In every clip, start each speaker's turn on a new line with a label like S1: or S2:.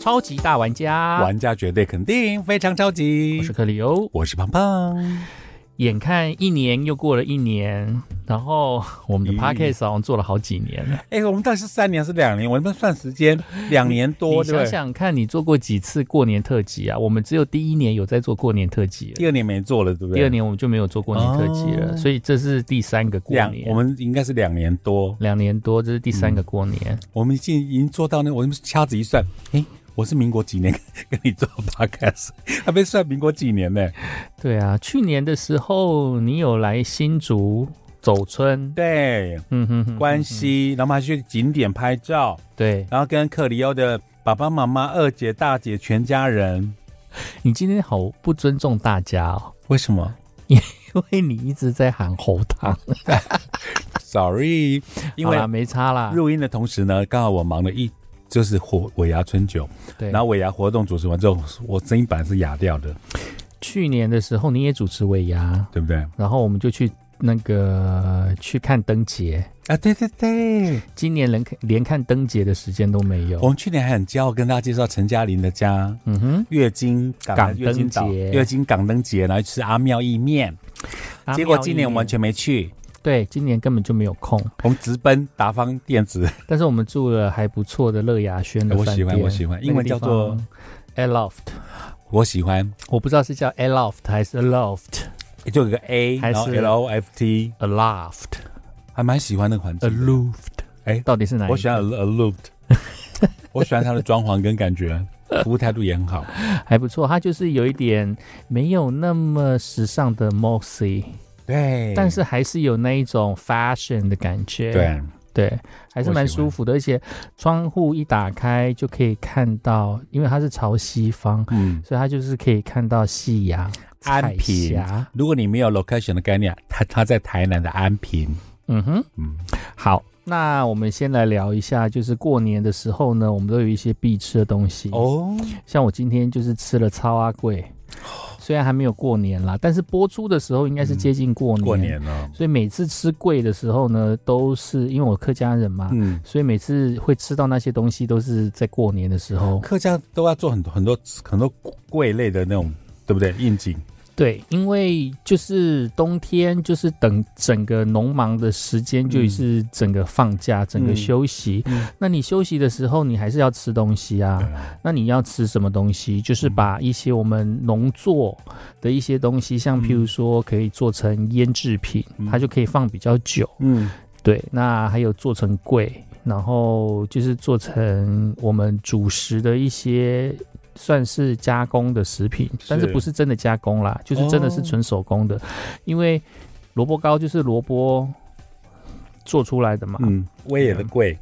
S1: 超级大玩家，
S2: 玩家绝对肯定非常超级。
S1: 啊我是克里欧。
S2: 我是胖 胖，
S1: 眼看一年又过了一年，然后我们的
S2: 咦
S1: podcast 好像做了好几年了。
S2: 哎、我们到底是三年还是两年？我们算 时间，两年多，
S1: 你
S2: 对不
S1: 想
S2: 对？
S1: 想看，你做过几次过年特辑啊？我们只有第一年有在做过年特辑了，
S2: 第二年没做了，对不对？
S1: 第二年我们就没有做过年特辑了，
S2: 哦
S1: 所以这是第三个过
S2: 两，
S1: 年。嗯
S2: 我们应该是两年多，
S1: 两年多，这是第三个过年。
S2: 我们已经已经做到那，我们掐指一算，哎、我是民国几年跟你做 podcast，还没算民国几年呢？
S1: 对啊，去年的时候你有来新竹走村，
S2: 对，
S1: 嗯哼哼，
S2: 关系，然后我们还去景点拍照，
S1: 对
S2: 然后跟克里欧的爸爸妈妈、二姐、大姐全家人，
S1: 你今天好不尊重大家哦，
S2: 为 什么？
S1: 因为你一直在喊喉糖，
S2: Sorry，因为
S1: 好啦没差啦，
S2: 录音的同时呢，刚好我忙了一就是火尾牙春酒，
S1: 对，
S2: 然后尾牙活动主持完之后，我声音本来是哑掉的，
S1: 去年的时候你也主持尾牙，
S2: 对不对？
S1: 然后我们就去那个去看灯节。
S2: 啊，对对对，
S1: 今年连看连看灯节的时间都没有。
S2: 我们去年还很骄傲跟大家介绍陈嘉玲的家。
S1: 嗯哼，
S2: 月经港
S1: 港
S2: 月经岛
S1: 灯节
S2: 月经港灯节，然后吃阿妙意面，
S1: 阿
S2: 啊结果
S1: 妙
S2: 今
S1: 意
S2: 年我
S1: 念
S2: 完全没去，
S1: 啊对，今年根本就没有空。
S2: 我们直奔达方电子。
S1: 但是我们住了还不错的乐雅轩的
S2: 哎我
S1: 饭
S2: 喜
S1: 店，
S2: 欢我喜欢
S1: 那个
S2: 英文
S1: 地
S2: 叫做
S1: 方 Aloft，
S2: 我喜欢，
S1: 我不知道是叫 Aloft 还是 Aloft，Aloft
S2: 就有个 A，
S1: 还
S2: 然后
S1: 是
S2: L O F T，还蛮喜欢那个环境的。
S1: Aloft，
S2: 哎
S1: 到底是呃哪一个？
S2: 我喜欢 a l o t 我喜欢它的装潢跟感觉，服务态度也很好。
S1: 还不错，它就是有一点没有那么时尚的 Mossy，
S2: 对
S1: 但是还是有那一种 fashion 的感觉。
S2: 嗯对，
S1: 对，还是蛮舒服的，而且窗户一打开就可以看到，因为它是朝西方，
S2: 嗯，
S1: 所以它就是可以看到夕阳、
S2: 安平
S1: 彩霞。
S2: 如果你没有 location 的概念，它它在台南的安平，
S1: 嗯哼，
S2: 嗯，
S1: 好，那我们先来聊一下，就是过年的时候呢，我们都有一些必吃的东西。
S2: 哦，
S1: 像我今天就是吃了超阿贵，虽然还没有过年啦，但是播出的时候应该是接近过年。
S2: 嗯过年哦了，
S1: 所以每次吃贵的时候呢，都是因为我客家人嘛，
S2: 嗯，
S1: 所以每次会吃到那些东西都是在过年的时候。
S2: 客家都要做很多很多很多贵类的那种，对不对？应景，
S1: 对，因为就是冬天，就是等整个农忙的时间，就是整个放假、整个休息。
S2: 嗯
S1: 那你休息的时候，你还是要吃东西啊。那你要吃什么东西？就是把一些我们农作的一些东西，像譬如说可以做成腌制品，
S2: 嗯
S1: 它就可以放比较久。
S2: 嗯，
S1: 对，那还有做成柜，然后就是做成我们主食的一些算是加工的食品，但是
S2: 是
S1: 不是真的加工啦，就是真的是
S2: 哦
S1: 纯手工的，因为萝卜糕就是萝卜做出来的嘛。
S2: 嗯，威也的贵，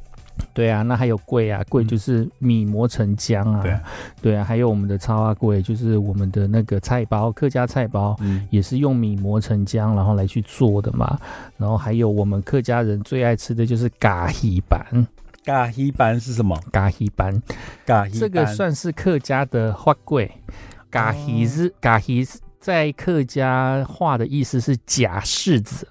S1: 对啊，那还有桂啊，桂就是米磨成浆啊。
S2: 对啊
S1: 对啊，还有我们的超阿桂，就是我们的那个菜包，客家菜包。
S2: 嗯，
S1: 也是用米磨成浆，然后来去做的嘛。然后还有我们客家人最爱吃的就是咖喱板，
S2: 咖喱班是什么？
S1: 咖喱板
S2: 咖喱
S1: 这个
S2: 班
S1: 算是客家的花贵。咖喱
S2: 哦
S1: 是咖喱是在客家话的意思是假柿子，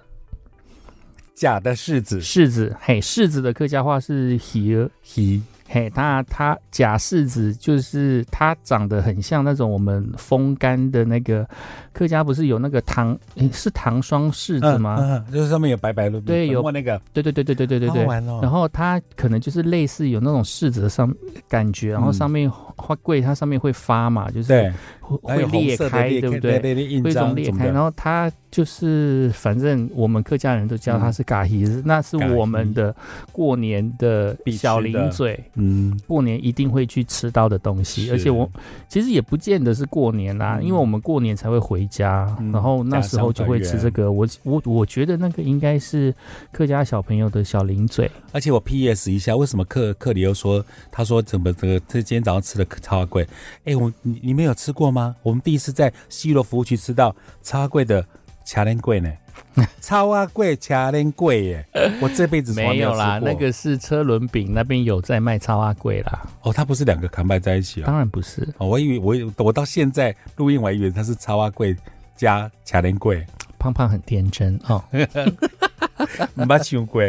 S2: 假的柿子，
S1: 柿子嘿，柿子的客家话是喜儿
S2: 皮
S1: 嘿，那它假柿子就是它长得很像那种我们风干的那个客家不是有那个糖诶是糖霜柿子吗？
S2: 嗯，嗯就是上面有白白的，
S1: 对有
S2: 过那个，
S1: 对对对对对对对
S2: 好
S1: 对。
S2: 玩哦
S1: 然后它可能就是类似有那种柿子的上感觉，然后上面花桂它上面会发嘛，就是
S2: 嗯对，
S1: 会
S2: 还
S1: 会
S2: 有红
S1: 裂
S2: 色的
S1: 开，
S2: 裂
S1: 对
S2: 开，
S1: 不对？
S2: 对对，印
S1: 会有一
S2: 章
S1: 种裂
S2: 什么
S1: 开，然
S2: 的，
S1: 后它就是反正我们客家人都叫它
S2: 嗯
S1: 是嘎皮子，那是
S2: 嘎
S1: 我们
S2: 皮
S1: 的过年的
S2: 必吃
S1: 小
S2: 的
S1: 零嘴，
S2: 嗯，
S1: 过年一定会去吃到的东西。
S2: 是
S1: 而且我其实也不见得是过年啦、
S2: 嗯
S1: 因为我们过年才会回家，
S2: 嗯
S1: 然后那时候就会吃这个。我我我觉得那个应该是客家小朋友的小零嘴。
S2: 而且我 P.S. 一下，为什么克克里又说，他说怎么这个这今天早上吃的超贵？哎，我你你们有吃过吗？我们第一次在西罗服务区吃到超贵的卡莲贵呢， 超啊贵卡莲贵耶！我这辈子从来
S1: 没
S2: 有
S1: 有
S2: 吃
S1: 啦，
S2: 过
S1: 那个是车轮饼那边有在卖超阿贵啦，
S2: 哦，它不是两个扛拜在一起啊、
S1: 当然不是。
S2: 哦！我以为我以我到现在录音，我还以为它是超啊贵加卡莲 贵，
S1: 胖胖很天真 哦，
S2: 没想过。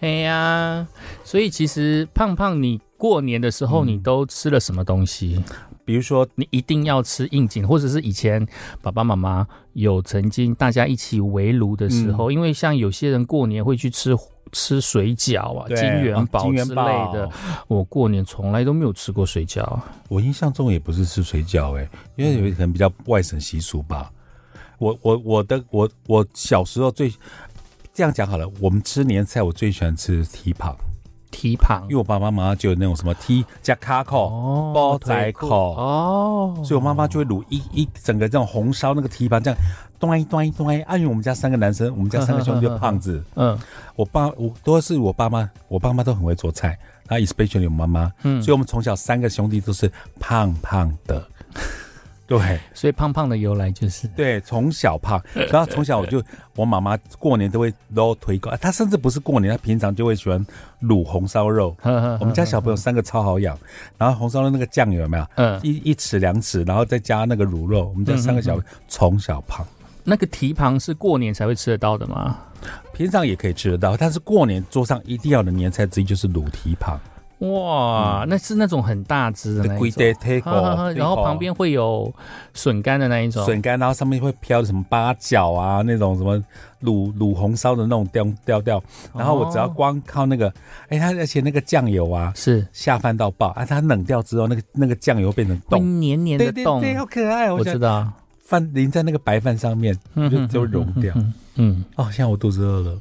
S1: 哎呀，所以其实胖胖你过年的时候你都吃了什么东西？
S2: 比如说
S1: 你一定要吃应景，或者是以前爸爸妈妈有曾经大家一起围炉的时
S2: 嗯
S1: 候，因为像有些人过年会去吃吃水饺啊、
S2: 对
S1: 金元
S2: 哦
S1: 宝
S2: 金
S1: 之
S2: 元
S1: 类
S2: 宝
S1: 的，我过年从来都没有吃过水饺。啊
S2: 我印象中也不是吃水饺哎、因为有可能比较外省习俗吧。我我我的我我小时候最这样讲好了，我们吃年菜我最喜欢吃蹄膀，
S1: 蹄膀
S2: 因为我爸爸妈妈就有那种什么蹄加卡口，
S1: 哦
S2: 煲仔
S1: 腿
S2: 口
S1: 裤哦，
S2: 所以我妈妈就会卤一一整个这种红烧那个蹄膀，这样端一端一端一。啊，因为我们家三个男生，我们家三个兄弟就胖子，
S1: 嗯
S2: 我爸我都是我爸妈，我爸妈都很会做菜，然后 especially 我妈妈，
S1: 嗯，
S2: 所以我们从小三个兄弟都是胖胖 的，对。
S1: 所以胖胖的由来就是
S2: 对，从小胖，然后从小 我就，我妈妈过年都会搂腿狗，啊她甚至不是过年，她平常就会喜欢卤红烧 肉。我
S1: 我
S2: 们家小朋友三个超好养，然后红烧肉那个酱有没有？
S1: 嗯，
S2: 一一匙两匙，然后再加那个卤肉，我们家三个小朋
S1: 嗯
S2: 友从小胖，
S1: 那个蹄膀是过年才会吃得到的吗？
S2: 平常也可以吃得到，但是过年桌上一定要的年菜之一就是卤蹄膀，
S1: 哇，
S2: 嗯
S1: 那是那种很大只的那一
S2: 规
S1: 种
S2: 定，take
S1: 哈哈哈然后旁边会有笋干的那一种，
S2: 哦笋干，然后上面会飘什么八角啊，那种什么卤卤红烧的那种调调调。然后我只要
S1: 哦
S2: 光靠那个，哎、它而且那个酱油啊，
S1: 是
S2: 下饭到爆啊，它冷掉之后，那个那个酱油会变成
S1: 会
S2: 冻，
S1: 黏黏的
S2: 对对
S1: 洞，
S2: 对，好可爱。我
S1: 我
S2: 想
S1: 知道，
S2: 饭淋在那个白饭上面，
S1: 嗯
S2: 就就融掉。
S1: 嗯嗯，嗯
S2: 哦，现在我肚子饿了，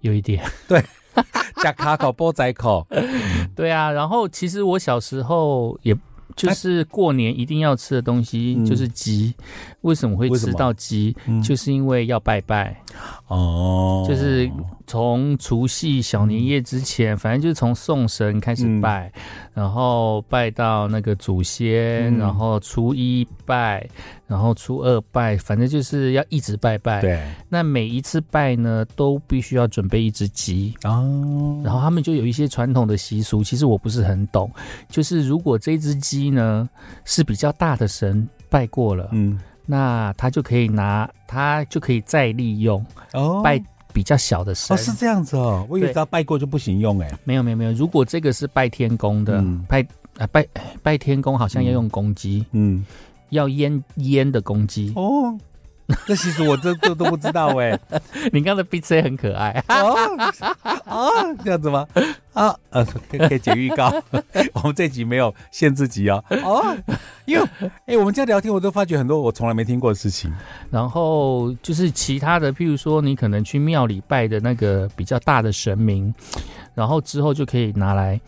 S1: 有一 点，
S2: 加卡口、煲仔口，
S1: 对啊。然后其实我小时候也。就是过年一定要吃的东西
S2: 嗯
S1: 就是鸡，为什么会
S2: 为什
S1: 吃
S2: 么
S1: 到鸡？
S2: 嗯
S1: 就是因为要拜拜，
S2: 哦，
S1: 就是从除夕小年夜之前，反正就是从送神开
S2: 嗯
S1: 始拜，然后拜到那个祖先，
S2: 嗯
S1: 然后初一拜，然后初二拜，反正就是要一直拜拜。
S2: 对
S1: 那每一次拜呢，都必须要准备一只鸡。
S2: 哦，
S1: 然后他们就有一些传统的习俗，其实我不是很懂。就是如果这只鸡呢是比较大的神拜过了，
S2: 嗯
S1: 那他就可以拿，他就可以再利用
S2: 哦
S1: 拜比较小的神。
S2: 哦是这样子哦，我以为
S1: 对
S2: 只要拜过就不行用哎、
S1: 没有没有没有，如果这个是拜天公的，
S2: 嗯
S1: 拜啊拜哎拜天公好像要用公鸡，
S2: 嗯。
S1: 要腌腌的公鸡。
S2: 哦，这其实我这这都不知道哎、
S1: 你刚才 B C 很可爱，啊
S2: 哦哦，这样子吗？啊呃，可以可以解预告，我们这集没有限制级哦。哦，因为哎、我们这样聊天，我都发觉很多我从来没听过的事情。
S1: 然后就是其他的，譬如说你可能去庙里拜的那个比较大的神明，然后之后就可以拿来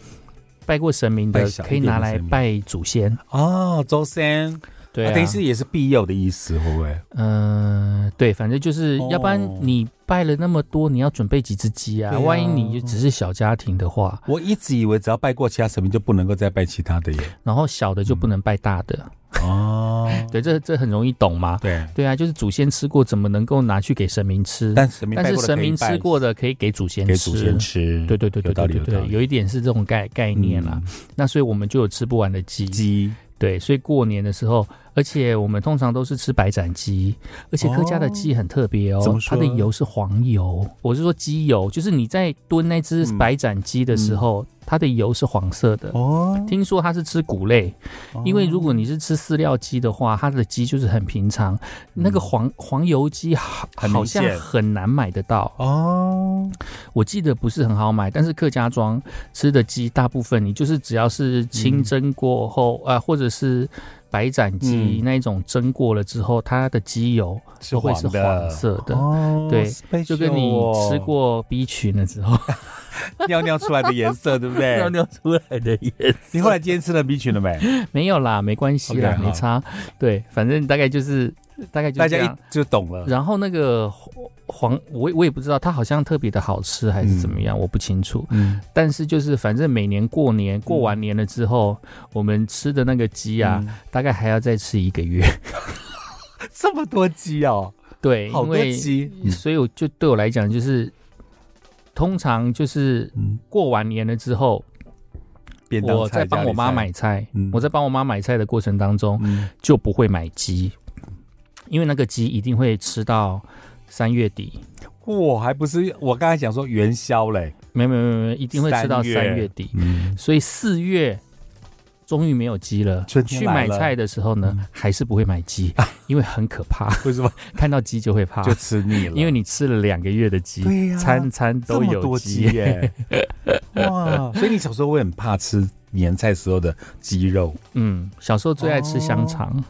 S1: 拜过神明的
S2: 拜，小一
S1: 可以
S2: 点的
S1: 拿来
S2: 神明
S1: 拜祖先。
S2: 哦，周三，
S1: 对、啊，
S2: 等于是也是庇佑的意思，会不会？
S1: 嗯，对，反正就是，
S2: 哦
S1: 要不然你拜了那么多，你要准备几只鸡啊？
S2: 对啊
S1: 万一你就只是小家庭的话，
S2: 我一直以为只要拜过其他神明就不能够再拜其他的耶。
S1: 然后小的就不能拜大的，
S2: 哦，
S1: 对，这这很容易懂嘛。
S2: 对，
S1: 对啊，就是祖先吃过，怎么能够拿去给神明吃？
S2: 但神明
S1: 但
S2: 拜
S1: 是
S2: 过的
S1: 神
S2: 可以
S1: 明
S2: 拜
S1: 吃过的可以给祖先吃。
S2: 给祖先吃，
S1: 对对对对
S2: 有道
S1: 对
S2: 理
S1: 对
S2: 有道
S1: 对，
S2: 理
S1: 有一点是这种概概念啦。
S2: 嗯
S1: 那所以我们就有吃不完的鸡。
S2: 鸡
S1: 对，所以过年的时候，而且我们通常都是吃白斩鸡，而且客家的鸡很特别哦，
S2: 怎么
S1: 它的
S2: 说
S1: 油是黄油，我是说鸡油，就是你在炖那只
S2: 嗯
S1: 白斩鸡的时候，它的油是黄色的。
S2: 哦，
S1: 听说它是吃谷类，因为如果你是吃饲料鸡的话，它的鸡就是很平常，那个黄黄油鸡好
S2: 嗯很
S1: 好
S2: 明
S1: 像
S2: 显
S1: 很难买得到。
S2: 哦，
S1: 我记得不是很好买，但是客家庄吃的鸡大部分你就是只要是清蒸过后，啊，或者是白斩鸡、
S2: 嗯
S1: 那一种蒸过了之后，它的鸡油
S2: 是
S1: 都会是黄色的。
S2: 哦
S1: 对
S2: special
S1: 就跟你
S2: 哦
S1: 吃过 B 群了之后，
S2: 尿尿出来的颜色，对不对？
S1: 尿出来的也
S2: 你后来今天吃了 B 群了没？
S1: 没有啦，没关系啦
S2: OK，
S1: 没差。对，反正大概就是大概就是
S2: 大
S1: 这
S2: 家
S1: 样。
S2: 一就懂了。
S1: 然后那个黄，我我也不知道，它好像特别的好吃还是怎么样，我不清楚。
S2: 嗯，
S1: 但是就是反正每年过年过完年了之后，我们吃的那个鸡啊，大概还要再吃一个月。
S2: 嗯这么多鸡哦，
S1: 对，
S2: 好
S1: 因
S2: 多
S1: 为
S2: 鸡。嗯
S1: 所以我就对我来讲就是，通常就是
S2: 嗯，
S1: 过完年了之后，
S2: 便当
S1: 我
S2: 菜
S1: 在帮我妈，买菜，
S2: 嗯
S1: 我在帮我妈买菜的过程当中
S2: 家里菜
S1: 就不会买鸡，因为那个鸡一定会吃到三月底。
S2: 嗯，我还不是我刚才讲说元宵嘞，
S1: 没没没没，一定会吃到
S2: 三
S1: 三
S2: 月
S1: 月底，
S2: 嗯，
S1: 所以四月终于没有鸡了。
S2: 春天
S1: 去
S2: 来
S1: 买
S2: 了嗯
S1: 菜的时候呢，还是不会买 鸡，因为很可怕，
S2: 为什么
S1: 看到鸡就会怕，
S2: 就吃腻了？
S1: 啊 因为你吃了两个月的鸡，
S2: 对呀
S1: 餐餐
S2: 这
S1: 都
S2: 么
S1: 有
S2: 多鸡 啊耶，哇！所以你小时候会很怕吃年菜时候的鸡肉
S1: 嗯，小时候最爱吃香肠，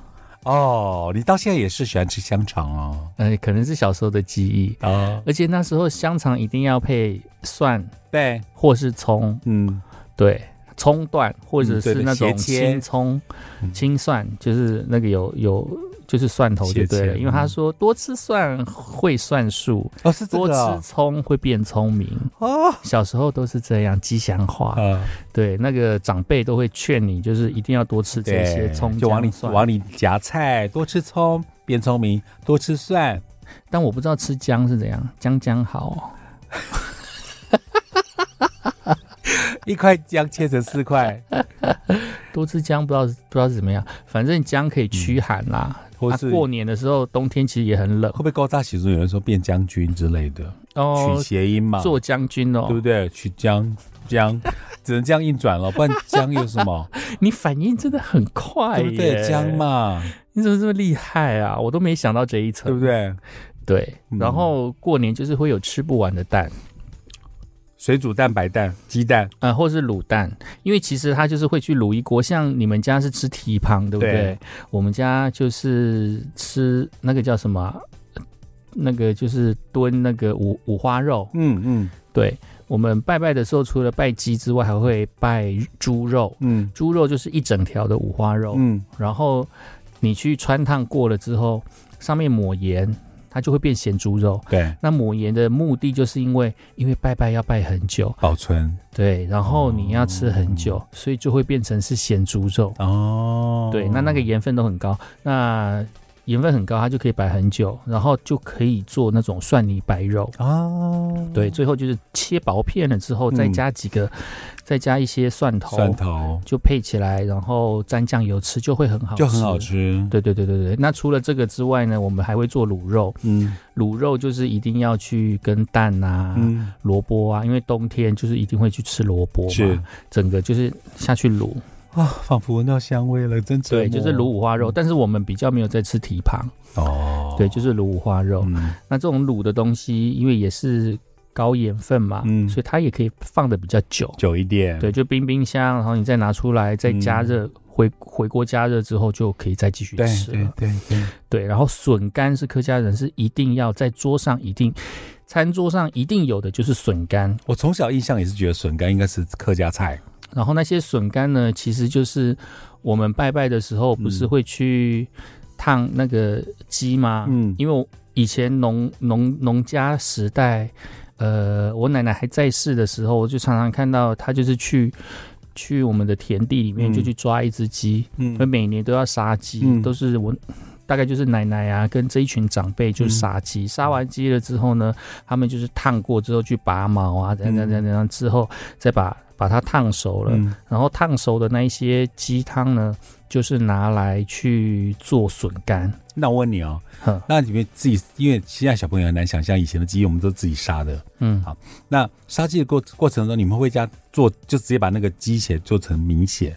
S2: 哦，你到现在也是喜欢吃香肠哦，
S1: 呃，可能是小时候的记忆，
S2: 哦，
S1: 而且那时候香肠一定要配蒜
S2: 对，
S1: 或是葱，
S2: 嗯，
S1: 对，葱段或者
S2: 嗯对
S1: 是
S2: 的
S1: 那种
S2: 斜切
S1: 青葱、
S2: 嗯
S1: 青蒜，就是那个有有就是蒜头就对
S2: 斜
S1: 了，
S2: 切
S1: 因为他
S2: 嗯
S1: 说多吃蒜会算数，
S2: 哦是这
S1: 多
S2: 个
S1: 吃
S2: 哦
S1: 葱会变聪 明。
S2: 哦，
S1: 小时候都是这样吉祥话，
S2: 啊
S1: 对，那个长辈都会劝你，就是一定要多吃这些
S2: 对
S1: 葱
S2: 就往里
S1: 姜蒜。
S2: 往里夹菜，多吃葱变聪明，多吃蒜，
S1: 但我不知道吃姜是怎样，姜姜好哦、
S2: 一块姜切成四 块，
S1: 多吃姜不知道不知道是怎么样，反正姜可以驱寒啦。
S2: 嗯或
S1: 啊
S2: 是、
S1: 过年的时候，冬天其实也很冷
S2: 会不会高大喜中有人说变将军之类的，取
S1: 哦，
S2: 谐音嘛，
S1: 做将军哦
S2: 啊对，不对？取将将，只能这样硬 转了，不然将有什么？
S1: 你反应真的很快
S2: 对不对？
S1: 耶
S2: 姜，嘛，
S1: 你怎么这么厉害啊？我都没想到这一
S2: 对
S1: 层
S2: 不。对？
S1: 对，
S2: 嗯
S1: 然后过年就是会有吃不完的蛋，
S2: 水煮蛋、白蛋、鸡蛋，
S1: 呃，或是卤蛋，因为其实他就是会去卤一锅，像你们家是吃蹄膀，对不对？
S2: 对
S1: 我们家就是吃那个叫什么啊，那个就是炖那个五五花肉。
S2: 嗯嗯
S1: 对，我们拜拜的时候，除了拜鸡之外，还会拜猪肉。
S2: 嗯
S1: 猪肉就是一整条的五花肉，
S2: 嗯，
S1: 然后你去穿烫过了之后，上面抹盐，它就会变咸猪肉。
S2: 对，
S1: 那抹盐的目的就是因为，因为拜拜要拜很久，
S2: 保存
S1: 对，然后你要吃很久，所以就会变成是咸猪肉。
S2: 哦，
S1: 对，那那个盐分都很高，那盐分很高，它就可以摆很久，然后就可以做那种蒜泥白肉。
S2: 哦，
S1: 对，最后就是切薄片了之后，再
S2: 嗯
S1: 加几个，再加一些蒜头，
S2: 蒜头
S1: 就配起来，然后沾酱油吃，就会很好吃，
S2: 就很好。吃，
S1: 对对对对对。那除了这个之外呢，我们还会做卤肉，
S2: 嗯
S1: 卤肉就是一定要去跟蛋啊、
S2: 嗯，
S1: 萝卜啊，因为冬天就是一定会去吃萝卜
S2: 是
S1: 嘛，整个就是下去卤，
S2: 啊，仿佛闻到香味了，真折
S1: 对，
S2: 磨嗯
S1: 就是卤五花肉。但是我们比较没有在吃蹄膀，
S2: 哦，
S1: 对，就是卤五花肉。
S2: 嗯
S1: 那这种卤的东西，因为也是高盐分嘛，
S2: 嗯
S1: 所以它也可以放的比较久。
S2: 久一点，
S1: 对，就冰冰箱，然后你再拿出来，再加热，回回锅加热之后就可以再继续
S2: 对
S1: 吃
S2: 嗯对
S1: 了。
S2: 对对，
S1: 对，然后笋干是客家人是一定要在桌上一定，餐桌上一定有的就是笋干。
S2: 我从小印象也是觉得笋干应该是客家菜，
S1: 然后那些笋干呢，其实就是我们拜拜的时候不是
S2: 嗯
S1: 会去烫那个鸡吗？
S2: 嗯，
S1: 啊因为我以前农农农家时代，呃，我奶奶还在世的时候，我就常常看到她就是去去我们的田地里面
S2: 嗯
S1: 就去抓一只鸡，
S2: 嗯
S1: 所以每年都要杀鸡，
S2: 嗯
S1: 都是我。大概就是奶奶啊，跟这一群长辈就杀
S2: 嗯
S1: 鸡，杀、完鸡了之后呢，他们就是烫过之后去拔毛啊，怎样怎样怎样怎样，之后再把把它烫熟了，
S2: 嗯
S1: 然后烫熟的那一些鸡汤呢，就是拿来去做笋干，
S2: 那我问你哦
S1: 哼，
S2: 那你们自己，因为现在小朋友很难想象以前的鸡，我们都自己杀的。
S1: 嗯，
S2: 那杀鸡的过过程中，你们会加做，就直接把那个鸡血做成米血。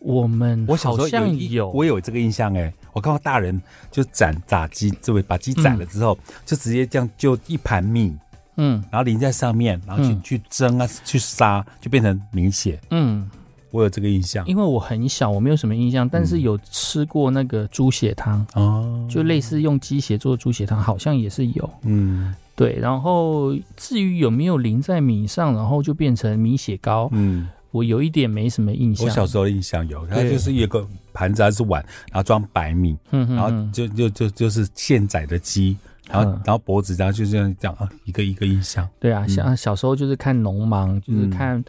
S1: 我们
S2: 我小时
S1: 好
S2: 候有
S1: 像
S2: 一
S1: 有，
S2: 我有这个印象哎，我看到大人就斩打鸡，这位把鸡斩了之后，就直接这样就一盘米，
S1: 嗯
S2: 然后淋在上面，然后去、
S1: 嗯
S2: 去蒸啊，去杀，就变成米血。
S1: 嗯，
S2: 我有这个印象
S1: 因为我很小，我没有什么印象，但
S2: 嗯
S1: 是有吃过那个猪血汤，
S2: 哦，
S1: 就类似用鸡血做猪血汤，好像也是有。
S2: 嗯
S1: 对，然后至于有没有淋在米上，然后就变成米血糕，
S2: 嗯，
S1: 我有一点没什么印象。
S2: 我小时候的印象有，它
S1: 对
S2: 就是有个盘子还是碗，然后装白米，
S1: 嗯哼
S2: 然后
S1: 哼
S2: 就就就就是现宰的鸡，然后、
S1: 嗯
S2: 然后脖子，然后就这样这样啊，一个一个印象。
S1: 对啊，像小时候就是看农忙，就是
S2: 嗯
S1: 看。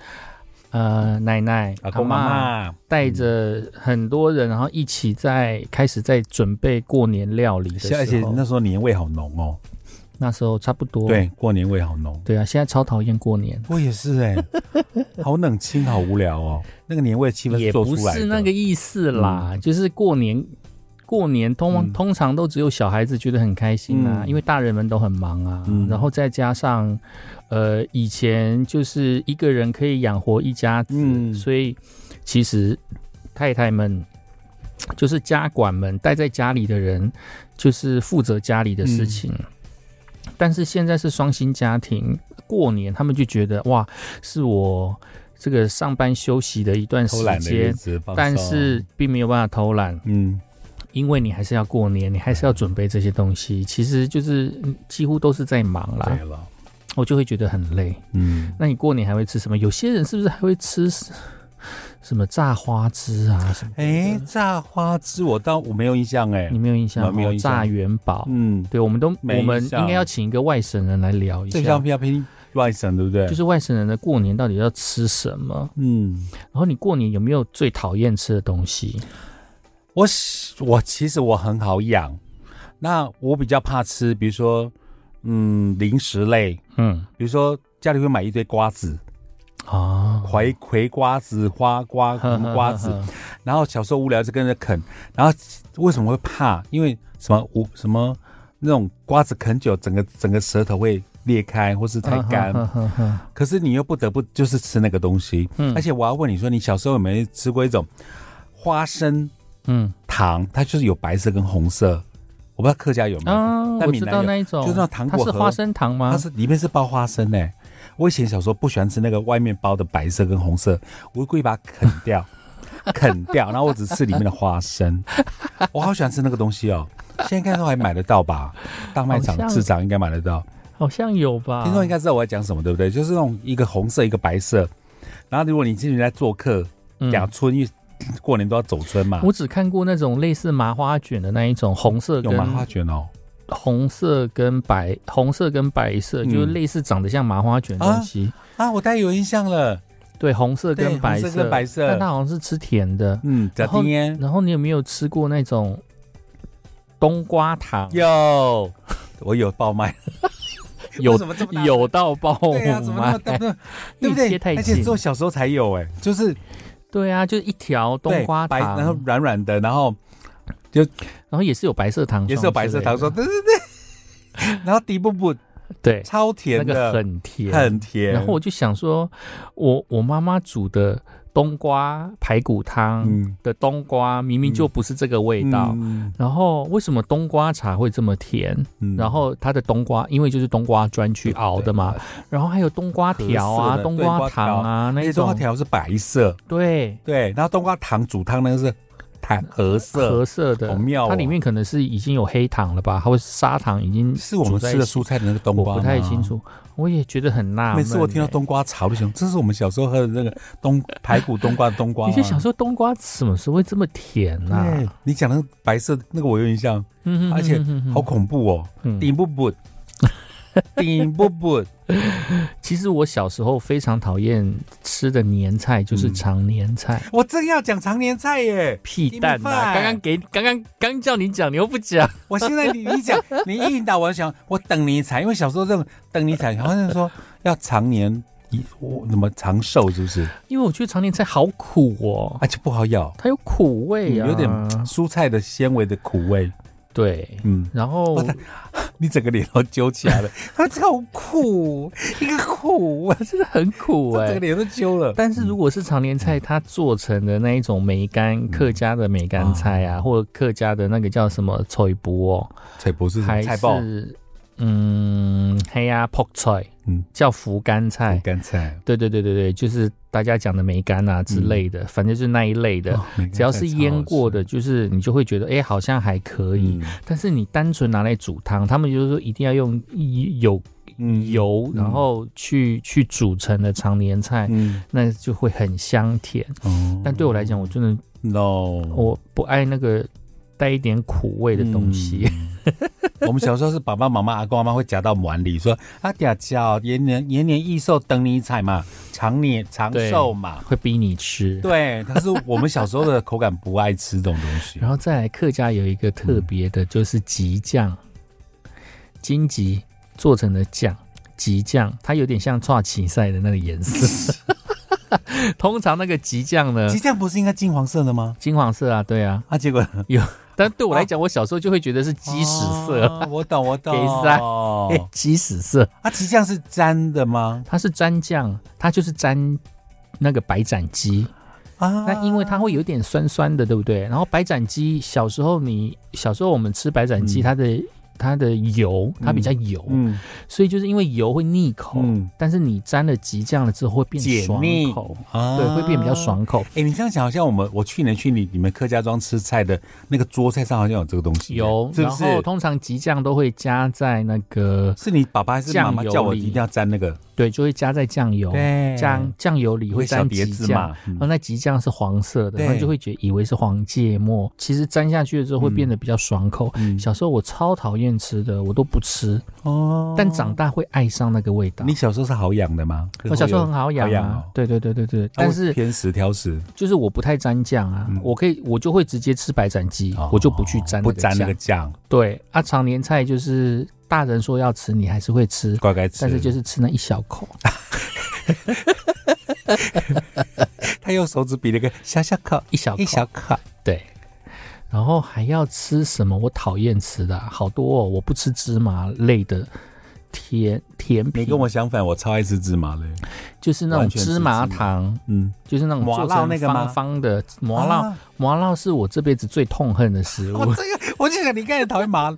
S1: 呃，奶奶、
S2: 阿
S1: 阿
S2: 公
S1: 嬷
S2: 妈妈，
S1: 带着很多人，然后一起在开始在准备过年料理的时候，
S2: 而且那时候年味好浓哦，
S1: 那时候差不多。
S2: 对，过年味好浓。
S1: 对啊，现在超讨厌过年。
S2: 我也 是哎、好冷清，好无聊哦。那个年味气氛
S1: 也
S2: 做
S1: 不
S2: 出来的
S1: 是那个意思啦，就是过年过年通
S2: 嗯
S1: 通常都只有小孩子觉得很开心啊，
S2: 嗯
S1: 因为大人们都很忙啊。
S2: 嗯
S1: 然后再加上，呃，以前就是一个人可以养活一家子，
S2: 嗯
S1: 所以其实太太们就是家管们待在家里的人，就是负责家里的事情。
S2: 嗯
S1: 但是现在是双薪家庭，过年他们就觉得哇，是我这个上班休息的一段时
S2: 偷懒的日
S1: 间，
S2: 子，放松
S1: 但是并没有办法偷懒，
S2: 嗯，
S1: 因为你还是要过年，你还是要准备这些东西，其实就是嗯几乎都是在忙啦
S2: 对，了，
S1: 我就会觉得很累。
S2: 嗯，
S1: 那你过年还会吃什么？有些人是不是还会吃什么炸花枝啊什么？
S2: 哎，炸花枝我倒我没有印象哎
S1: 你，没有印象哦？
S2: 没有印象
S1: 炸元宝。
S2: 嗯，
S1: 对，我们都
S2: 没印
S1: 我们
S2: 象
S1: 应该要请一个外省人来聊一
S2: 这
S1: 下
S2: 项，比较偏外省，对不对？
S1: 就是外省人的过年到底要吃什么？
S2: 嗯，
S1: 然后你过年有没有最讨厌吃的东西？
S2: 我喜我其实我很好养，那我比较怕吃，比如说嗯零食类，
S1: 嗯
S2: 比如说家里会买一堆瓜子，
S1: 啊，
S2: 葵葵瓜子、花瓜什么瓜 子，
S1: 呵呵呵
S2: 然后小时候无聊就跟着啃，然后为什么会怕？因为什么无什么那种瓜子啃久，整个整个舌头会裂开，或是太 干。
S1: 呵呵呵呵
S2: 可是你又不得不就是吃那个东西。
S1: 嗯
S2: 而且我要问你说，你小时候有没有吃过一种花生
S1: 嗯
S2: 糖？它就是有白色跟红色，我不知道客家有没有，
S1: 啊，
S2: 但
S1: 我
S2: 闽
S1: 知
S2: 南
S1: 道
S2: 有
S1: 那一种，
S2: 就是那种糖
S1: 它
S2: 果
S1: 是花
S2: 盒，
S1: 生糖吗？
S2: 它是里面是包花生呢、我以前小时候不喜欢吃那个外面包的白色跟红色，我会故意把它啃 掉，啃掉，然后我只吃里面的花生。我好喜欢吃那个东西哦，现在应该都还买得到吧？大卖场
S1: 好、像啊
S2: 市场应该买得到。
S1: 好像有吧？
S2: 听众应该知道我在讲什么，对不对？就是那种一个红色，一个白色。然后如果你今年在做客，
S1: 嗯
S2: 两村，因为过年都要走村嘛，
S1: 我只看过那种类似麻花卷的那一种，红色
S2: 有
S1: 跟
S2: 麻花卷哦。
S1: 红色跟白红色跟白色，
S2: 嗯
S1: 就是类似长得像麻花卷的东西。
S2: 啊，我大概有印象了。
S1: 对，红色
S2: 对
S1: 跟白
S2: 红色跟白色
S1: 但它好像是吃甜的。
S2: 嗯，
S1: 然
S2: 贾
S1: 后
S2: 丁耶
S1: 然后你有没有吃过那种冬瓜糖？
S2: 有，我有爆麦。
S1: 有
S2: 为什么这么大声
S1: 有到爆
S2: 对 啊，怎么那么大
S1: 吗？
S2: 对对不
S1: 你
S2: 对
S1: 切？太
S2: 而且
S1: 紧
S2: 只有小时候才有哎、就是
S1: 对啊，就是一条冬
S2: 对
S1: 瓜
S2: 白，
S1: 糖，
S2: 然后软软的，然后
S1: 然后也是有白色糖霜之类的，
S2: 也是有白色糖霜，对对对。 然后底部不
S1: 对，
S2: 超
S1: 那
S2: 甜
S1: 个
S2: 的，
S1: 很甜，
S2: 很甜。
S1: 然后我就想说，我我妈妈煮的冬瓜排骨汤
S2: 嗯，
S1: 的冬瓜明明就不是这个味道，
S2: 嗯，
S1: 然后为什么冬瓜茶会这么甜？
S2: 嗯
S1: 然后它的冬瓜，因为就是冬瓜砖去熬的嘛，，然后还有冬瓜条
S2: 褐色
S1: 啊、
S2: 的
S1: 冬瓜糖啊那
S2: 而
S1: 一
S2: 且冬瓜
S1: 种，
S2: 条是白色，
S1: 对，
S2: 对，然后冬瓜糖煮汤那个是 糖褐色，
S1: 褐色的，
S2: 好妙哦
S1: 它里面可能是已经有黑糖了吧，还有砂糖已经
S2: 是我们
S1: 煮在
S2: 吃的
S1: 一起
S2: 蔬菜的那个冬瓜，
S1: 我不太清。楚，我也觉得很纳闷、
S2: 每次我听到
S1: 欸
S2: 冬瓜茶，我就想，这是我们小时候喝的那个冬排骨冬瓜的冬瓜
S1: 你
S2: 吗。
S1: 就想说冬瓜什么时候会这么甜呐、
S2: 对，你讲那个白色那个我有印象，
S1: 嗯哼
S2: 而且
S1: 哼哼哼
S2: 好恐怖哦，
S1: 嗯
S2: 顶不 不，顶不不，
S1: 其实我小时候非常讨厌吃的年菜，就是
S2: 嗯
S1: 常年菜。
S2: 我正要讲常年菜耶，
S1: 屁蛋呐、
S2: 饭
S1: 刚刚给刚刚刚叫你讲，你又不讲。
S2: 我现在你你 讲你一引导我想，我等你采，因为小时候这种等你采，好像说 要常年一我怎么长寿是不是？
S1: 因为我觉得常年菜好苦哦，
S2: 而且不好咬，
S1: 它有苦味啊，
S2: 嗯有点蔬菜的纤维的苦味，
S1: 对。
S2: 嗯，
S1: 然后
S2: 哇它你整个脸都揪起 来了，它这个好苦，一个苦，
S1: 真的很苦
S2: 我
S1: 哎、
S2: 整个脸嗯都揪了。
S1: 但是如果是常年菜，它做成的那一种梅干客家的梅干菜
S2: 嗯
S1: 啊，或者客家的那个叫什么脆波哦，
S2: 菜不是什
S1: 还
S2: 嗯么菜爆，
S1: 是嗯黑呀泡菜，
S2: 嗯，
S1: 叫福干菜
S2: 不。干菜
S1: 对对对对对，就是大家讲的梅干啊
S2: 嗯
S1: 之类的，反正就是那一类的。
S2: 哦梅干菜
S1: 只要是
S2: 超
S1: 腌
S2: 好
S1: 过
S2: 吃
S1: 的，就是你就会觉得，哎、好像还可以。
S2: 嗯
S1: 但是你单纯拿来煮汤，他们就是说一定要用有
S2: 嗯
S1: 油，
S2: 嗯
S1: 然后去去煮成的常年菜，
S2: 嗯，
S1: 那就会很香甜。
S2: 哦
S1: 但对我来讲，我真的
S2: no，
S1: 我不爱那个带一点苦味的东西。
S2: 嗯 我们小时候是爸爸妈妈、阿公阿妈会夹到碗里，说啊，嗲叫延年延年益寿，等你采嘛，长年长寿嘛。
S1: 会逼你吃。
S2: 对，但是我们小时候的口感不爱吃这种东 西
S1: 然。后再来客家有一个特
S2: 嗯
S1: 别的，就是吉酱，荆棘做成的酱，吉酱它有点像串起赛的那个颜 色。通常那个吉酱呢
S2: 鸡，酱不是应该金黄色的吗？
S1: 金黄色啊，对啊，
S2: 啊，结果
S1: 有但对我来讲，我小时候就会觉得是鸡屎色，
S2: 哦我懂，我懂。
S1: 给塞哎，鸡屎色，
S2: 啊，鸡酱是沾的吗？
S1: 它是沾酱，它就是沾那个白斩鸡。
S2: 啊，
S1: 那因为它会有点酸酸的，对不对？然后白斩鸡，小时候你小时候我们吃白斩鸡，
S2: 嗯
S1: 它的它的油它比较油，
S2: 嗯
S1: 所以就是因为油会腻口，
S2: 嗯
S1: 但是你沾了极酱了之后会变
S2: 解
S1: 爽
S2: 腻
S1: 口，
S2: 啊
S1: 对，会变比较。爽口。
S2: 哎、你这样讲，好像我们我去年去你你们客家庄吃菜的那个桌菜上好像有这个东西，
S1: 有，
S2: 是不
S1: 然
S2: 是？
S1: 后通常极酱都会加在那个
S2: 是你爸爸还是妈妈
S1: 酱油
S2: 叫我
S1: 里
S2: 一定要沾那个？
S1: 对，就会加在酱油，
S2: 对
S1: 酱酱油里
S2: 会
S1: 会
S2: 小
S1: 沾
S2: 碟
S1: 极
S2: 子
S1: 酱
S2: 嘛。嗯
S1: 然后那极酱是黄色的，
S2: 对
S1: 然后就会觉得以为是黄芥末，其实沾下去了之后会变得比较爽口。
S2: 嗯
S1: 小时候我超讨厌吃的，我都不吃，
S2: 哦
S1: 但长大会爱上那个味道
S2: 你。小时候是好养的吗？
S1: 啊我小时候很好养
S2: 好养
S1: 啊
S2: 哦，
S1: 对对对对对，但是
S2: 偏食挑食，
S1: 就是我不太沾酱啊
S2: 嗯，哦
S1: 我可以我就会直接吃白斩鸡，我就不去沾
S2: 不沾那
S1: 那
S2: 个
S1: 个酱。
S2: 酱，
S1: 对啊，常年菜就是大人说要吃，你还是会吃，
S2: 乖乖吃。
S1: 但是就是吃那一小口。
S2: 他用手指比了个小小口，
S1: 一小口
S2: 一小口，
S1: 对，然后还要吃什么？我讨厌吃的啊好多哦，我不吃芝麻类的甜甜
S2: 你
S1: 品，
S2: 跟我相反，我超爱吃芝麻嘞。
S1: 就是那
S2: 完
S1: 种
S2: 全吃
S1: 芝麻
S2: 芝麻
S1: 糖，
S2: 嗯，
S1: 就是那种
S2: 麻
S1: 做
S2: 辣
S1: 成
S2: 那个吗
S1: 方方的麻辣
S2: 啊，
S1: 麻辣是我这辈子最痛恨的食 物
S2: 我。这个我就想你刚才讨厌 麻辣，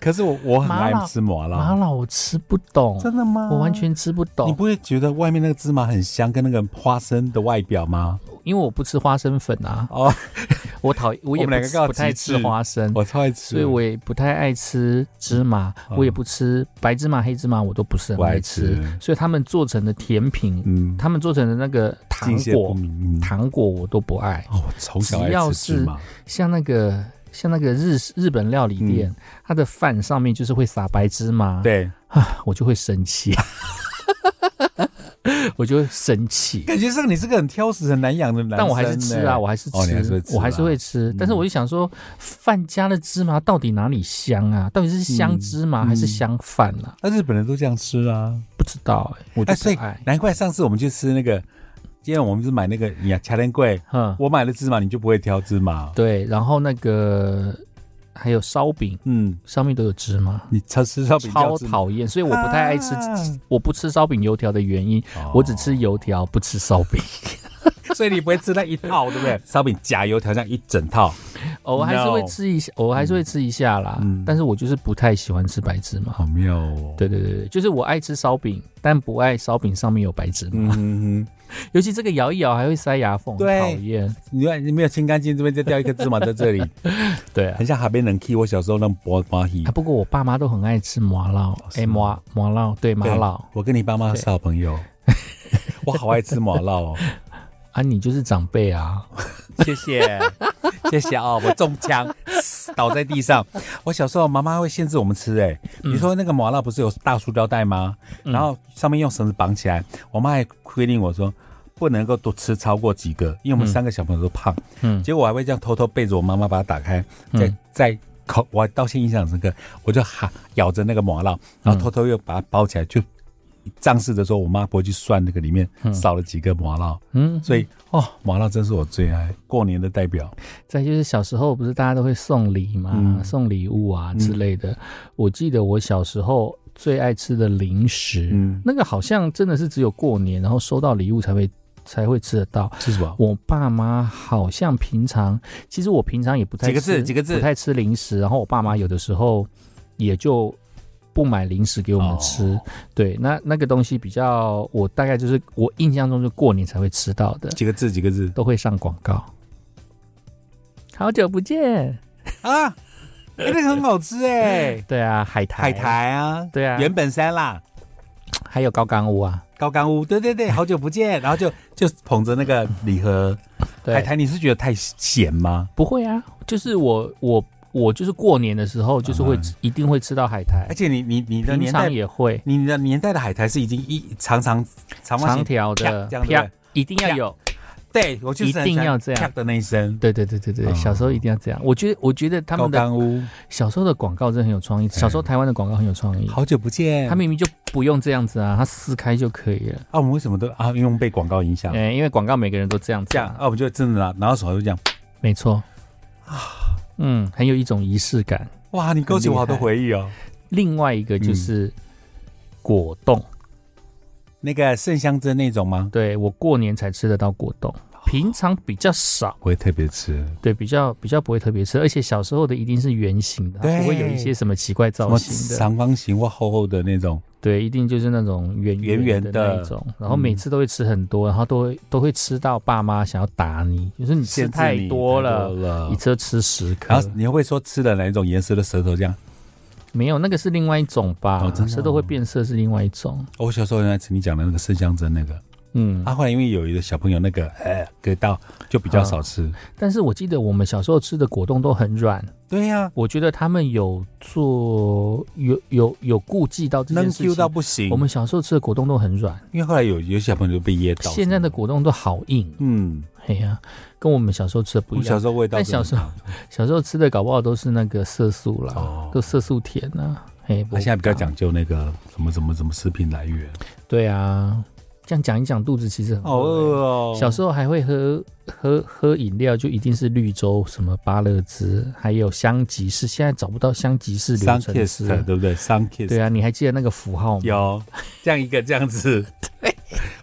S2: 可是我我很爱吃
S1: 麻
S2: 麻辣，
S1: 辣我吃不懂，
S2: 真的吗？
S1: 我完。全吃不
S2: 你
S1: 懂，
S2: 不会觉得外面那个芝麻很香，跟那个花生的外表吗？
S1: 因为我不吃花生粉啊，
S2: 哦，
S1: 我讨我也
S2: 我们
S1: 不
S2: 两个
S1: 吃
S2: 刚好
S1: 不太
S2: 极
S1: 吃
S2: 致
S1: 花生。
S2: 我超爱吃，
S1: 所以我也不太爱吃芝麻，
S2: 嗯
S1: 我也不吃白芝麻、黑芝麻，我都不是很
S2: 不爱
S1: 爱
S2: 吃
S1: 吃。所以他们做成的甜品，
S2: 嗯，
S1: 他们做成的那个糖
S2: 敬谢不
S1: 果，
S2: 明。嗯
S1: 糖果我都不爱。
S2: 哦，我从小
S1: 只
S2: 爱
S1: 要
S2: 吃芝
S1: 是
S2: 麻，
S1: 像那个像那个日日本料理店，它的饭上面就是会撒白芝麻，
S2: 嗯对，
S1: 啊，我就会生气， 我就会生气。
S2: 感觉上你是个很挑食、很难养的男生呢。
S1: 但我还是吃啊，我还是吃，
S2: 哦你还是会吃嗯
S1: 我还是会吃。但是我就想说，饭加的芝麻到底哪里香啊？到底是香芝麻
S2: 嗯
S1: 还是香饭啊？
S2: 那日本人都这样吃啊。
S1: 不知道哎、我就
S2: 哎，所以
S1: 不爱。
S2: 难怪上次我们去吃那个，今天我们是买那个呀，卡莲贵，
S1: 嗯，
S2: 我买了芝麻，你就不会挑芝麻。
S1: 对，然后那个还有烧饼，
S2: 嗯，
S1: 上面都有芝麻，
S2: 你超吃烧饼
S1: 超讨厌，所以我不太爱吃，
S2: 啊
S1: 我不吃烧饼油条的原因，我只吃油条，不吃烧饼。
S2: 厌，哦所以你不会吃那一 套，对不对？烧饼夹油条这样一整套，
S1: 偶尔还是
S2: No
S1: 会吃一下，偶尔还是会吃一下啦，
S2: 嗯
S1: 但是我就是不太喜欢吃白芝麻。
S2: 好妙哦。
S1: 对对对对，就是我爱吃烧饼，但不爱烧饼上面有白芝麻，
S2: 嗯哼哼，
S1: 尤其这个摇一摇还会塞牙缝，
S2: 对
S1: 讨厌。
S2: 你看你没有清干净，这边再掉一颗芝麻在这里，
S1: 对啊
S2: 很，像海边人 key。我小时候那种剥麻皮
S1: 啊，不过我爸妈都很爱吃麻辣，哎、麻麻辣，对麻辣
S2: 哦对我跟你爸妈
S1: 对
S2: 是好朋友。 我好爱吃麻辣哦，
S1: 啊，你就是长辈啊。
S2: 谢谢，谢谢哦，我中枪，倒在地上。我小时候妈妈会限制我们吃，哎，你说那个麻辣不是有大塑料袋吗？然后上面用绳子绑起来，我妈还规定我说。不能够多吃超过几个，因为我们三个小朋友都胖。
S1: 嗯
S2: 结果我还会这样偷偷背着我妈妈把它打开，再再口，我到现在印象很深刻，我就哈咬着那个麻辣，然后偷偷又把它包起来，就仗势着说我妈不会去算那个里面少了几个麻辣。
S1: 嗯，
S2: 所以哦，麻辣真是我最爱过年的代表。
S1: 再就是小时候不是大家都会送礼嘛，
S2: 嗯
S1: 送礼物啊之类的。我记得我小时候最爱吃的零食，
S2: 嗯
S1: 那个好像真的是只有过年，然后收到礼物才会才会吃得到。
S2: 是什么？
S1: 我爸妈好像平常，其实我平常也不太
S2: 几个
S1: 吃
S2: 字几个字
S1: 不太吃零食，然后我爸妈有的时候也就不买零食给我们吃。
S2: 哦
S1: 对，那那个东西比较，我大概就是我印象中就过年才会吃到的，
S2: 几个字？几个字？
S1: 都会上广告。好久不见，
S2: 啊，哎那个很好吃哎，
S1: 对啊，海苔，
S2: 海，苔啊，
S1: 对啊，
S2: 原本山啦，
S1: 还有高岗屋啊，
S2: 高干屋，对对对，好久不见，然后就就捧着那个礼盒，
S1: 对，
S2: 海苔，你是觉得太咸吗？
S1: 不会啊，就是我我我就是过年的时候就是会、
S2: 嗯
S1: 一定会吃到海苔
S2: 而，且你你你的
S1: 平
S2: 年
S1: 常
S2: 代，
S1: 也会
S2: 你的年代的海苔是已经一长长长方
S1: 长
S2: 形，
S1: 条的
S2: 啪这样对不对
S1: 一定要
S2: 啪
S1: 有，
S2: 对我就是很喜欢
S1: 一定要这样
S2: 啪的那一声。
S1: 对对对对对，
S2: 哦
S1: 小时候一定要这样。我觉得我觉得他
S2: 高
S1: 们的
S2: 干屋，
S1: 小时候的广告真的很有创意，小时候台湾的广告很有创意，
S2: 好久不见。
S1: 他明明就不用这样子啊，它撕开就可以了。
S2: 啊，我们为什么都啊，因为我们被广告影响，
S1: 嗯，因为广告每个人都这样子
S2: 这样
S1: 啊，
S2: 啊，我们就真的拿拿到手就这样。
S1: 没错。嗯，很有一种仪式感。
S2: 哇，你勾起我好多回忆哦。
S1: 另外一个就是果冻，
S2: 那个圣香针那种吗？
S1: 对我过年才吃得到果冻，平常比较少，
S2: 不会特别吃，
S1: 对，比较比较不会特别吃，而且小时候的一定是圆形的，啊
S2: 对
S1: 它不会有一些什么奇怪
S2: 什
S1: 造
S2: 么
S1: 型的，
S2: 长方形或厚厚的那种。
S1: 对，一定就是那种圆
S2: 圆圆
S1: 的
S2: 的嗯
S1: 那种，然后每次都会吃很多，然后都会都会吃到爸妈想要打你，就是你吃
S2: 限制
S1: 太
S2: 你
S1: 多
S2: 太
S1: 了。
S2: 了
S1: 一次吃十颗
S2: 然，后你会不会说吃了哪一种颜色的舌头这样？
S1: 没有那个是另外一种吧？
S2: 哦真的哦
S1: 舌头会变色是另外一种。
S2: 哦我小时候很爱吃你讲的那个圣香针那个，
S1: 嗯，
S2: 啊，后来因为有一个小朋友那个呃给到，就比较少吃。
S1: 但是我记得我们小时候吃的果冻都很软，
S2: 对呀、
S1: 我觉得他们有做有有有顾忌到这
S2: 能
S1: 件事
S2: Q 到
S1: 情。
S2: 不行。
S1: 我们小时候吃的果冻都很软，
S2: 因为后来有有小朋友就被噎到。
S1: 现在的果冻都好硬，
S2: 嗯，
S1: 哎呀、跟我们小时候吃的不
S2: 我
S1: 一
S2: 小
S1: 样。
S2: 时候味道
S1: 但
S2: 真
S1: 小
S2: 的很
S1: 时
S2: 大，
S1: 候小时候吃的搞不好都是那个色素啦，
S2: 哦
S1: 都色素甜啊。嘿，
S2: 他现在比较讲究那个什么什么什么食品来源。
S1: 对啊，这样讲一讲肚子其实很
S2: 好
S1: 饿欸
S2: 饿哦，
S1: 小时候还会喝喝喝饮料，就一定是绿洲、什么芭乐汁，还有香吉士。现在找不到香吉士流
S2: sun
S1: 程
S2: kiss
S1: 式。
S2: 对不对？sun kiss
S1: 对啊，你还记得那个符号吗？
S2: 有这样一个这样子，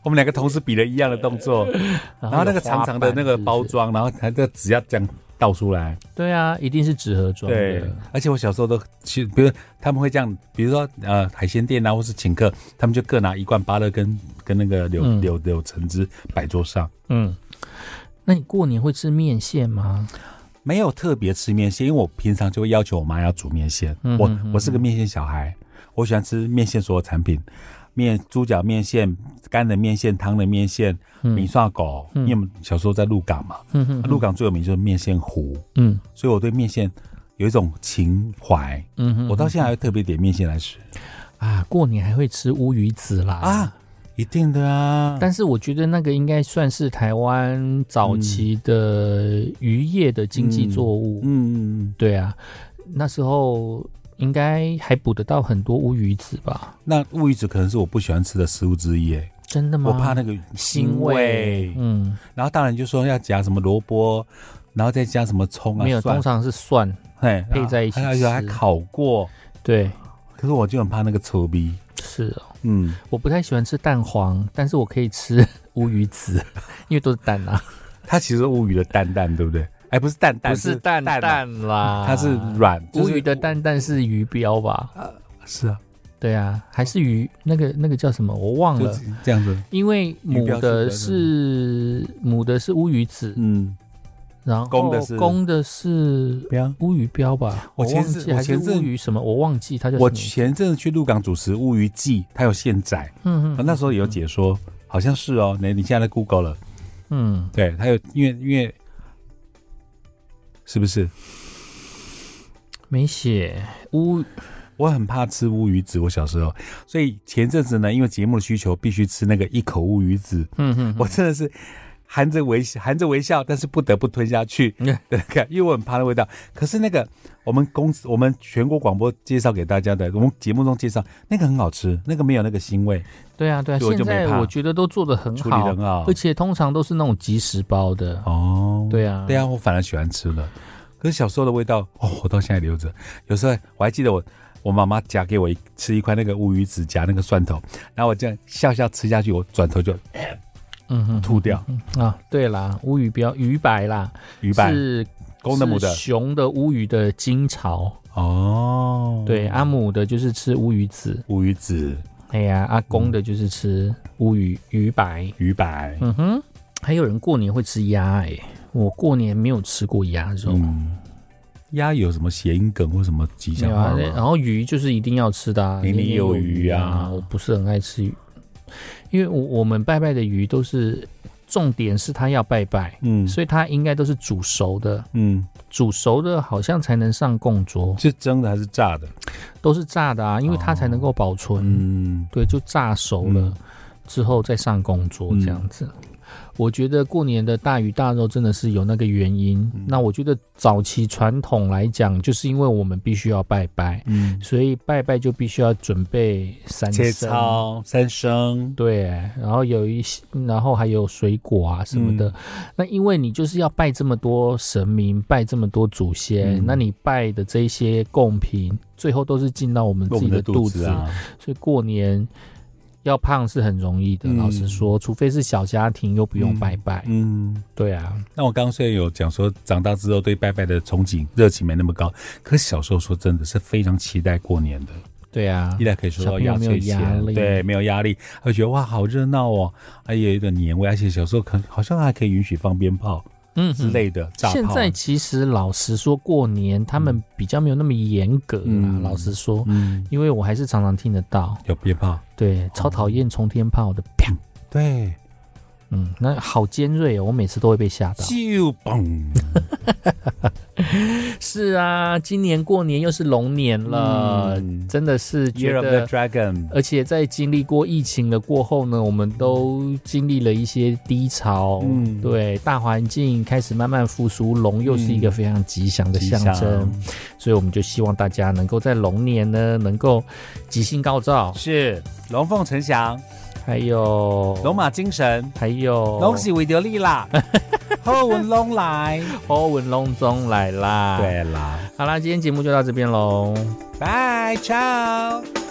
S2: 我们两个同时比了一样的动作，
S1: 然
S2: 然后那
S1: 有
S2: 个长
S1: 花
S2: 长的
S1: 瓣
S2: 那个
S1: 是不
S2: 包
S1: 是，
S2: 装，然后它这只要这样倒出来，
S1: 对啊，一定是纸盒装
S2: 对
S1: 的。，
S2: 而且我小时候都去，比如他们会这样，比如说呃海鲜店啊，或是请客，他们就各拿一罐芭乐跟跟那个柳
S1: 嗯
S2: 柳柳橙汁摆桌上，
S1: 嗯，那你过年会吃面线吗？
S2: 没有特别吃面线，因为我平常就会要求我妈要煮面线。
S1: 嗯
S2: 我
S1: 嗯嗯
S2: 我是个面线小孩，我喜欢吃面线所有产品，面猪脚面线、干的面线、汤的面线、米刷狗。因为我们小时候在鹿港嘛，
S1: 嗯哼
S2: 鹿港最有名就是面线糊，
S1: 嗯
S2: 所以我对面线有一种情怀。
S1: 嗯哼
S2: 我到现在还会特别点面线来吃
S1: 啊，过年还会吃乌鱼子啦
S2: 啊，一定的啊。
S1: 但是我觉得那个应该算是台湾早期的渔业的经济作物。
S2: 嗯，
S1: 对啊，那时候应该还捕得到很多乌鱼子吧？
S2: 那乌鱼子可能是我不喜欢吃的食物之一耶，
S1: 真的吗？
S2: 我怕那个
S1: 腥味。嗯，
S2: 然后当然就说要夹什么萝卜，然后再加什么葱啊，
S1: 没有，
S2: 蒜
S1: 通常是蒜。
S2: 嘿
S1: 配在一起
S2: 还有还
S1: 吃
S2: 烤过。
S1: 对，
S2: 可是我就很怕那个臭逼，
S1: 是哦。
S2: 嗯，
S1: 我不太喜欢吃蛋黄，但是我可以吃乌鱼子， 因为都是蛋啊，
S2: 它其实是乌鱼的蛋蛋，对不对？哎，不是蛋蛋，
S1: 不是 蛋
S2: 啊，
S1: 蛋啦，
S2: 它是软
S1: 乌鱼的，蛋蛋是鱼标吧？
S2: 就是是啊，
S1: 对啊，还是鱼那个那个叫什么？我忘
S2: 就
S1: 了。
S2: 这样子，
S1: 因为母的是母的是乌鱼子，
S2: 嗯，
S1: 然后
S2: 公的是
S1: 公的是
S2: 不要。
S1: 乌鱼标吧？
S2: 我
S1: 我
S2: 前
S1: 忘
S2: 次
S1: 记
S2: 我
S1: 还是
S2: 前次
S1: 乌鱼什么，我忘记它叫什么
S2: 我
S1: 名字。
S2: 前阵子去鹿港主食乌鱼记，它有现宰，啊
S1: 嗯嗯
S2: 那时候有解说，好像是哦，你你现在在 Google 了，
S1: 嗯，
S2: 对，它有，因为因为是不是？
S1: 没写乌嗯
S2: 我很怕吃乌鱼子，我小时候，所以前阵子呢，因为节目的需求，必须吃那个一口乌鱼子，
S1: 嗯嗯
S2: 我真的是含着微笑含着微笑，但是不得不吞下去
S1: 嗯
S2: 的那个，因为我很怕那味道。可是那个我们公司我们全国广播介绍给大家的，我们节目中介绍那个很好吃，那个没有那个腥味，
S1: 对啊对啊，
S2: 所以我
S1: 现
S2: 就没
S1: 在
S2: 怕
S1: 我觉得都做的很
S2: 处理得
S1: 好
S2: 很，好
S1: 而。且通常都是那种即食包的。
S2: 哦，
S1: 对啊
S2: 对啊，我反而喜欢吃了。可是小时候的味道哦，我到现在留着。有时候我还记得我我妈妈夹给我一吃一块那个乌鱼子夹那个蒜头，然后我这样笑笑吃下去，我转头就
S1: 嗯哼
S2: 吐掉
S1: 啊，对啦，乌鱼标鱼白啦，
S2: 鱼板
S1: 是
S2: 公的母
S1: 是
S2: 的
S1: 雄的乌鱼的金巢，
S2: 哦，
S1: 对，阿、母的就是吃乌鱼子，
S2: 乌鱼子
S1: 哎呀，阿公的就是吃乌鱼鱼白，
S2: 鱼白，
S1: 嗯哼，还有人过年会吃鸭哎、我过年没有吃过鸭肉，
S2: 嗯，鸭有什么谐音梗或什么吉
S1: 没
S2: 祥
S1: 有
S2: 话
S1: 啊，
S2: 吗？
S1: 然后鱼就是一定要吃的、啊，
S2: 年年有余
S1: 余
S2: 啊
S1: 我不是很爱吃鱼，因为我我们拜拜的鱼都是重点是它要拜拜，
S2: 嗯
S1: 所以它应该都是煮熟的，
S2: 嗯，
S1: 煮熟的好像才能上供桌，
S2: 是蒸的还是炸的？
S1: 都是炸的啊，因为它才能够保存，
S2: 嗯，
S1: 对，就炸熟了。之后再上工作这样子。我觉得过年的大鱼大肉真的是有那个原因。
S2: 嗯
S1: 那我觉得早期传统来讲，就是因为我们必须要拜拜，
S2: 嗯，
S1: 所以拜拜就必须要准备三
S2: 切
S1: 牲
S2: 操三生，
S1: 对，然后有一些，然后还有水果啊什么的。
S2: 嗯
S1: 那因为你就是要拜这么多神明，拜这么多祖先，
S2: 嗯
S1: 那你拜的这一些贡品，最后都是进到我们自
S2: 我
S1: 己
S2: 们的
S1: 肚
S2: 肚子啊，
S1: 所以过年要胖是很容易的。
S2: 嗯
S1: 老实说，除非是小家庭，又不用
S2: 嗯
S1: 拜拜。
S2: 嗯。
S1: 对啊，
S2: 那我刚刚虽然有讲说长大之后对拜拜的憧憬热情没那么高，可是小时候说真的是非常期待过年的，
S1: 对啊
S2: 依，然可以说到
S1: 小
S2: 压
S1: 朋友
S2: 岁
S1: 没有压
S2: 钱
S1: 力，
S2: 对，没有压力，会觉得哇好热闹哦，还有一点年味，而且小时候可好像还可以允许放鞭炮
S1: 嗯
S2: 之
S1: 哼。
S2: 类的炸炮，啊
S1: 现在其实老实说，过年他们比较没有那么严格啦。
S2: 嗯
S1: 老实说，
S2: 嗯
S1: 因为我还是常常听得到，
S2: 有鞭炮，
S1: 对，超讨厌冲天炮的，啪，
S2: 对，
S1: 嗯，那好尖锐哦，我每次都会被吓到。
S2: 就嘣，
S1: 是啊，今年过年又是龙年了，
S2: 嗯
S1: 真的是觉
S2: Year of the
S1: 得。
S2: Dragon，
S1: 而且在经历过疫情了过后呢，我们都经历了一些低潮，
S2: 嗯
S1: 对，大环境开始慢慢复苏，龙又是一个非常吉祥的
S2: 嗯吉
S1: 象
S2: 祥
S1: 征，所以我们就希望大家能够在龙年呢能够吉星高照，
S2: 嗯是龙凤呈祥，
S1: 还有
S2: 龙，马精神，
S1: 还有
S2: 龙喜为流利 啦，后文龙来，
S1: 欧文龙中来啦，，
S2: 对啦，
S1: 好啦，今天节目就到这边喽。
S2: 拜，ciao。